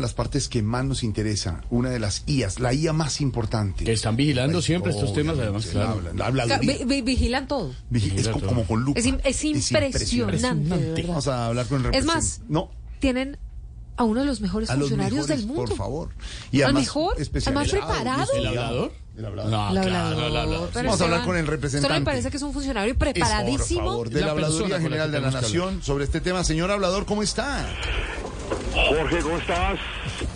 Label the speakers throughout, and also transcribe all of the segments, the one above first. Speaker 1: las partes que más nos interesa, una de las IAs, la IA más importante.
Speaker 2: Que están vigilando siempre estos temas, además,
Speaker 1: Obviamente,
Speaker 2: claro.
Speaker 1: La, habla- la
Speaker 3: Ca-
Speaker 1: habladuría.
Speaker 3: vi- vi- vigilan todo.
Speaker 1: Vigi- es
Speaker 2: vigila
Speaker 1: como,
Speaker 2: todo.
Speaker 1: como con lupa.
Speaker 3: Es, im- es impresionante, de
Speaker 2: impresionante.
Speaker 3: verdad.
Speaker 1: Vamos a hablar con el
Speaker 3: Es
Speaker 1: represent-
Speaker 3: más,
Speaker 1: No,
Speaker 3: Tienen a uno de los mejores
Speaker 1: a los
Speaker 3: funcionarios
Speaker 1: mejores,
Speaker 3: del mundo.
Speaker 1: por favor. Y
Speaker 3: ¿Al
Speaker 1: además,
Speaker 3: mejor? ¿Al más
Speaker 1: especializado,
Speaker 3: preparado?
Speaker 2: ¿El
Speaker 1: investigado.
Speaker 2: hablador?
Speaker 1: El hablador.
Speaker 2: No,
Speaker 3: El
Speaker 2: claro,
Speaker 3: hablador,
Speaker 2: el hablador.
Speaker 3: pero
Speaker 1: Vamos a hablar
Speaker 3: Esteban,
Speaker 1: con el representante.
Speaker 3: Solo me parece que es un funcionario
Speaker 1: Es,
Speaker 3: preparadísimo.
Speaker 1: Por favor, de la,
Speaker 2: La persona con
Speaker 1: Habladuría
Speaker 2: la
Speaker 1: General
Speaker 2: que
Speaker 1: de la
Speaker 2: tenemos que
Speaker 1: Nación sobre este tema. Señor hablador, ¿cómo está?
Speaker 4: Jorge, ¿cómo estás?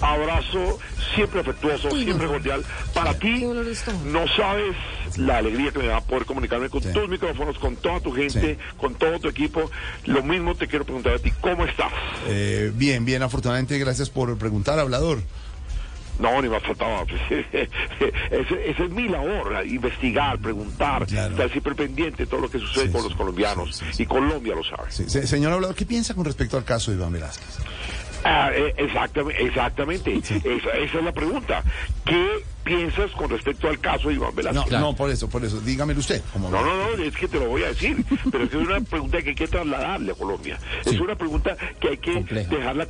Speaker 4: Abrazo siempre afectuoso,
Speaker 3: Uy, no.
Speaker 4: siempre cordial. Para ti,
Speaker 3: Qué dolor de estómago.
Speaker 4: no sabes la alegría que me da poder comunicarme con tus micrófonos, con toda tu gente, con todo tu equipo. Lo mismo te quiero preguntar a ti, ¿cómo estás?
Speaker 1: Eh, bien, bien, afortunadamente, gracias por preguntar, hablador.
Speaker 4: No, ni me faltaba. pues, ese- Esa es mi labor, investigar, preguntar,
Speaker 1: Claro.
Speaker 4: estar siempre pendiente de todo lo que sucede
Speaker 1: Sí,
Speaker 4: con
Speaker 1: sí,
Speaker 4: los colombianos.
Speaker 1: sí, sí, sí.
Speaker 4: Y Colombia lo sabe.
Speaker 1: Sí, se- señor hablador, ¿qué piensa con respecto al caso de Iván Velázquez?
Speaker 4: Ah, eh, exactamente, exactamente. Esa, esa es la pregunta. ¿Qué piensas con respecto al caso de Iván Velázquez?
Speaker 1: No,
Speaker 2: Claro.
Speaker 1: no, por eso, por eso. Dígamelo usted. Como
Speaker 4: No, no, no, es que te lo voy a decir, pero es que es una pregunta que hay que trasladarle a Colombia.
Speaker 1: Sí.
Speaker 4: Es una pregunta que hay que
Speaker 2: Compleja.
Speaker 4: dejarla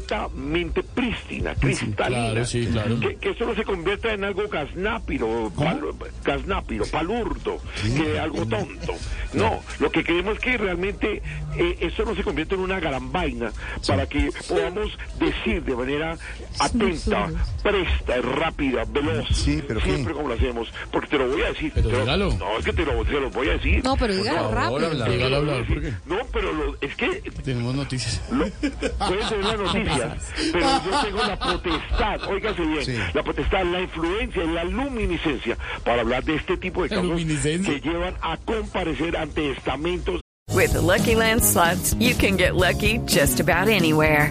Speaker 4: completamente prístina, cristalina.
Speaker 2: claro, sí, claro.
Speaker 4: Que, que esto no se convierta en algo gaznápiro, pal- gaznápiro, palurdo, que algo tonto. No, lo que queremos es que realmente eh, esto no se convierta en una garambaina para que podamos decir de manera atenta, presta, rápida, veloz,
Speaker 1: Sí, pero ¿qué?
Speaker 4: siempre como lo hacemos, porque te lo voy a decir.
Speaker 2: Pero
Speaker 4: te lo-
Speaker 2: dígalo.
Speaker 4: no, es que te lo, se lo voy a decir.
Speaker 3: No, pero
Speaker 4: Por
Speaker 3: dígalo
Speaker 4: favor.
Speaker 3: rápido.
Speaker 2: Ahora hablar,
Speaker 4: Es que
Speaker 2: dígalo
Speaker 4: lo voy a
Speaker 2: hablar, ¿por
Speaker 4: decir.
Speaker 2: qué?
Speaker 4: No, pero lo- es que
Speaker 2: Tenemos noticias.
Speaker 4: lo- puede ser la noticia, pero yo tengo la potestad, óigase bien,
Speaker 1: Sí.
Speaker 4: la potestad, la influencia, la luminiscencia para hablar de este tipo de
Speaker 2: La
Speaker 4: casos
Speaker 2: luminiscencia.
Speaker 4: que llevan a comparecer ante estamentos
Speaker 5: With the Lucky Land slots, you can get lucky just about anywhere.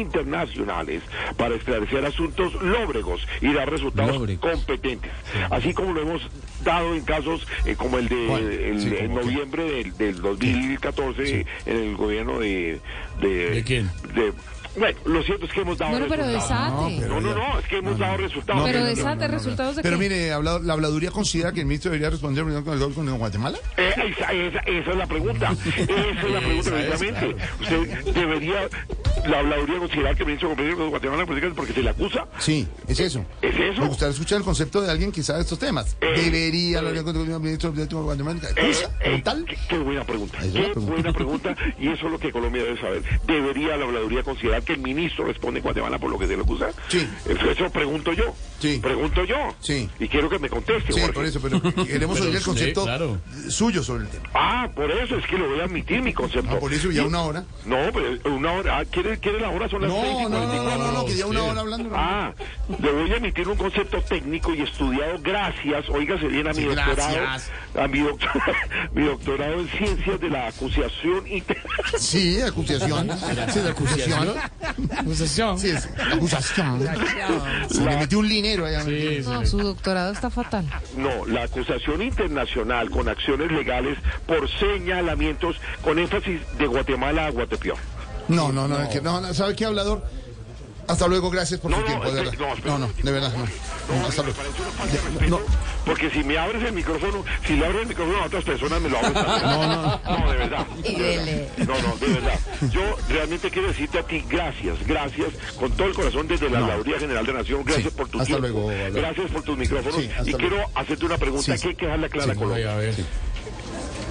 Speaker 4: internacionales para esclarecer asuntados lóbregos y dar resultados
Speaker 2: Lóbregos.
Speaker 4: competentes. Así como lo hemos dado en casos eh, como el de
Speaker 1: Bueno,
Speaker 4: el-
Speaker 1: sí,
Speaker 4: en
Speaker 1: como que-
Speaker 4: noviembre del, del 2014 en el gobierno de... ¿De,
Speaker 2: ¿De quién?
Speaker 4: de- bueno, lo cierto es que hemos dado
Speaker 3: Bueno, pero
Speaker 4: resultados.
Speaker 3: desate.
Speaker 1: pero-
Speaker 4: No, no, no, es que hemos dado resultados.
Speaker 3: Pero desate resultados de
Speaker 1: Pero
Speaker 3: qué?
Speaker 1: mire, hablado- la habladuría considera que el ministro debería responder primero con el gobierno de Guatemala.
Speaker 4: Eh, esa, esa- esa es la pregunta. Esa es la pregunta, precisamente. Usted debería, la habladuría considerar que el ministro de Comercio de Guatemala pues, porque se le acusa.
Speaker 1: Sí, es eso.
Speaker 4: ¿Es eso?
Speaker 1: Me gustaría escuchar el concepto de alguien que sabe estos temas.
Speaker 4: Eh,
Speaker 1: debería
Speaker 4: eh,
Speaker 1: hablar con el ministro de Guatemala.
Speaker 4: Eh,
Speaker 1: ¿Cosa?
Speaker 4: eh,
Speaker 1: ¿Como tal?
Speaker 4: Qué, qué buena pregunta.
Speaker 1: Ahí se la
Speaker 4: Qué
Speaker 1: pregunta.
Speaker 4: buena pregunta. Y eso es lo que Colombia debe saber. ¿Debería la habladuría considerar que el ministro responde en Guatemala por lo que se le acusa?
Speaker 1: Sí.
Speaker 4: Eso, eso pregunto yo.
Speaker 1: Sí.
Speaker 4: Pregunto yo.
Speaker 1: Sí.
Speaker 4: Y quiero que me conteste.
Speaker 1: Sí,
Speaker 4: Jorge.
Speaker 1: por eso, pero queremos
Speaker 2: Pero
Speaker 1: oír el
Speaker 2: usted,
Speaker 1: concepto
Speaker 2: claro.
Speaker 1: suyo sobre el tema.
Speaker 4: Ah, por eso es que lo voy a admitir mi concepto.
Speaker 1: Ah, por eso ya una hora.
Speaker 4: No, pero una hora. ah, ¿Quiere, quiere la hora? Son las seis y
Speaker 1: No, no, no,
Speaker 4: cuarenta y
Speaker 1: no,
Speaker 4: cuatro.
Speaker 1: no, no, que ya una hora hablando.
Speaker 4: Ah, le voy a emitir un concepto técnico y estudiado gracias, óigase bien a mi
Speaker 1: Sí,
Speaker 4: doctorado,
Speaker 1: gracias.
Speaker 4: a mi, doctor- mi doctorado en ciencias de la acusación inter-
Speaker 1: Sí, acusación. Sí, de acusación.
Speaker 2: Acusación.
Speaker 1: Sí, es acusación. Se le metió un linero allá.
Speaker 2: Sí, sí.
Speaker 3: No, su doctorado está fatal.
Speaker 4: no, la acusación internacional con acciones legales por señalamientos con énfasis de Guatemala a Guatepeor.
Speaker 1: No, no, no, es que no, no, ¿sabe qué, hablador? Hasta luego, gracias por
Speaker 4: No,
Speaker 1: su
Speaker 4: no,
Speaker 1: tiempo, de
Speaker 4: espe-
Speaker 1: verdad.
Speaker 4: no, espera.
Speaker 1: No, no, de verdad, no. No, Hasta
Speaker 4: Me
Speaker 1: luego.
Speaker 4: parece una falta de respeto, Porque si me abres el micrófono, si le abres el micrófono a otras personas, me lo abres también.
Speaker 1: No, no.
Speaker 4: No, de verdad. de verdad. No, no, de verdad. Yo realmente quiero decirte a ti gracias, gracias, con todo el corazón desde la Habladuría General de la Nación. Gracias
Speaker 1: Sí,
Speaker 4: por tu
Speaker 1: hasta
Speaker 4: tiempo.
Speaker 1: luego, Álvaro.
Speaker 4: gracias por tus micrófonos.
Speaker 1: Sí, hasta
Speaker 4: y
Speaker 1: luego.
Speaker 4: quiero hacerte una pregunta
Speaker 1: Sí, sí.
Speaker 4: que hay que dejarla clara a
Speaker 2: Voy
Speaker 4: Colombia.
Speaker 2: a ver.